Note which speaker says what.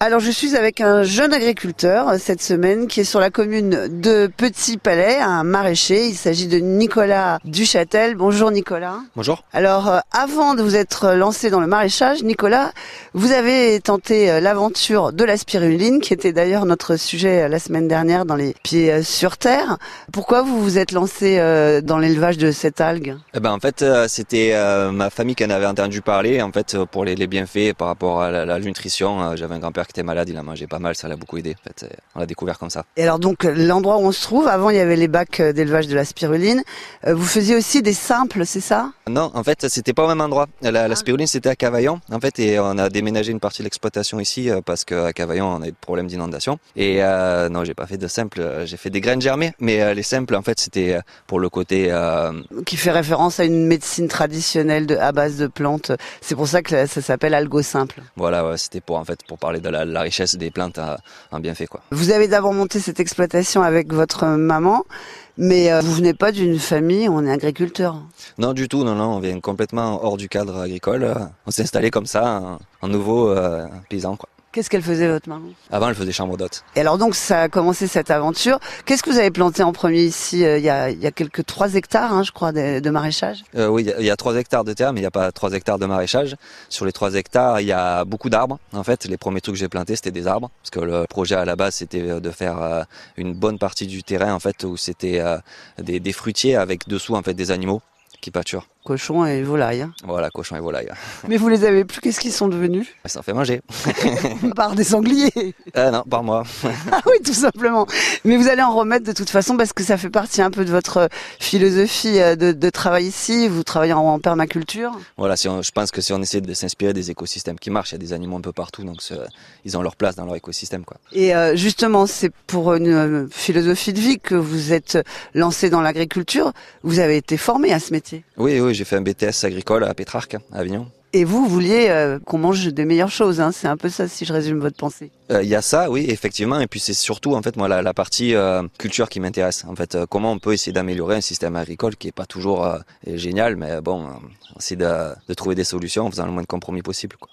Speaker 1: Alors je suis avec un jeune agriculteur euh, cette semaine qui est sur la commune de Petit Palais, un maraîcher. Il s'agit de Nicolas Duchâtel. Bonjour Nicolas.
Speaker 2: Bonjour.
Speaker 1: Alors euh, avant de vous être lancé dans le maraîchage, Nicolas, vous avez tenté euh, l'aventure de la spiruline qui était d'ailleurs notre sujet euh, la semaine dernière dans les pieds euh, sur terre. Pourquoi vous vous êtes lancé euh, dans l'élevage de cette algue
Speaker 2: Eh ben en fait, euh, c'était euh, ma famille qui en avait entendu parler. En fait, euh, pour les, les bienfaits par rapport à la, la nutrition, euh, j'avais un grand-père qui était malade, il en mangeait pas mal, ça l'a beaucoup aidé. En fait, Et on l'a découvert comme ça.
Speaker 1: Et alors donc euh, l'endroit où on se trouve, avant il y avait les bacs euh, d'élevage de la spiruline. Euh, Vous faisiez aussi des simples, c'est ça
Speaker 2: Non, en fait, c'était pas au même endroit. La, la spiruline, c'était à Cavaillon. En fait, et on a déménagé une partie de l'exploitation ici euh, parce qu'à Cavaillon, on a eu des problèmes d'inondation. Et euh, non, j'ai pas fait de simples. euh, J'ai fait des graines germées, mais euh, les simples, en fait, c'était euh, pour le côté euh,
Speaker 1: qui fait référence à une médecine traditionnelle de, à base de plantes. C'est pour ça que ça s'appelle algo simple.
Speaker 2: Voilà, ouais, c'était pour en fait pour parler de la, la richesse des plantes euh, en bienfait quoi.
Speaker 1: Vous avez d'abord monté cette exploitation avec votre maman, mais euh, vous venez pas d'une famille où on est agriculteur.
Speaker 2: Non du tout, non non, on vient complètement hors du cadre agricole. euh, On s'est installé comme ça, en, en nouveau euh, paysan quoi.
Speaker 1: Qu'est-ce qu'elle faisait votre maman
Speaker 2: Avant, elle faisait chambre d'hôte.
Speaker 1: Et alors donc ça a commencé cette aventure. Qu'est-ce que vous avez planté en premier ici Euh, Il y, a, il y a quelques 3 hectares, hein, je crois, de, de maraîchage.
Speaker 2: Euh, oui, il y a- il y, a 3 hectares de terre, mais il n'y a pas 3 hectares de maraîchage. Sur les 3 hectares, il y a beaucoup d'arbres. En fait, les premiers trucs que j'ai plantés, c'était des arbres. Parce que le projet à la base, c'était de faire euh, une bonne partie du terrain, en fait, où c'était euh, des, des fruitiers avec dessous, en fait, des animaux qui pâturent.
Speaker 1: Cochons et volailles. hein.
Speaker 2: Voilà, cochons et volailles.
Speaker 1: Mais vous les avez plus, qu'est-ce qu'ils sont devenus
Speaker 2: Ça fait manger.
Speaker 1: Par des sangliers
Speaker 2: Euh, non, par moi.
Speaker 1: Ah oui, tout simplement. Mais vous allez en remettre de toute façon parce que ça fait partie un peu de votre euh, philosophie euh, de, de travail ici. Vous travaillez en, en permaculture.
Speaker 2: Voilà, si on- je pense que si on essaie de s'inspirer des écosystèmes qui marchent, il y a des animaux un peu partout, donc ce- ils ont leur place dans leur écosystème. Quoi.
Speaker 1: Et euh, justement, c'est pour une euh, philosophie de vie que vous êtes lancé dans l'agriculture. Vous avez été formé à ce métier.
Speaker 2: Oui, oui, j'ai fait un BTS agricole à Pétrarque, hein, à Avignon.
Speaker 1: Et vous vouliez euh, qu'on mange des meilleures choses. hein. C'est un peu ça si je résume votre pensée.
Speaker 2: Euh, Il y a ça, oui, effectivement, et puis c'est surtout en fait moi la, la partie euh, culture qui m'intéresse. En fait, euh, comment on peut essayer d'améliorer un système agricole qui est pas toujours euh, génial, mais bon, euh, on essaie de, de trouver des solutions en faisant le moins de compromis possible. Quoi.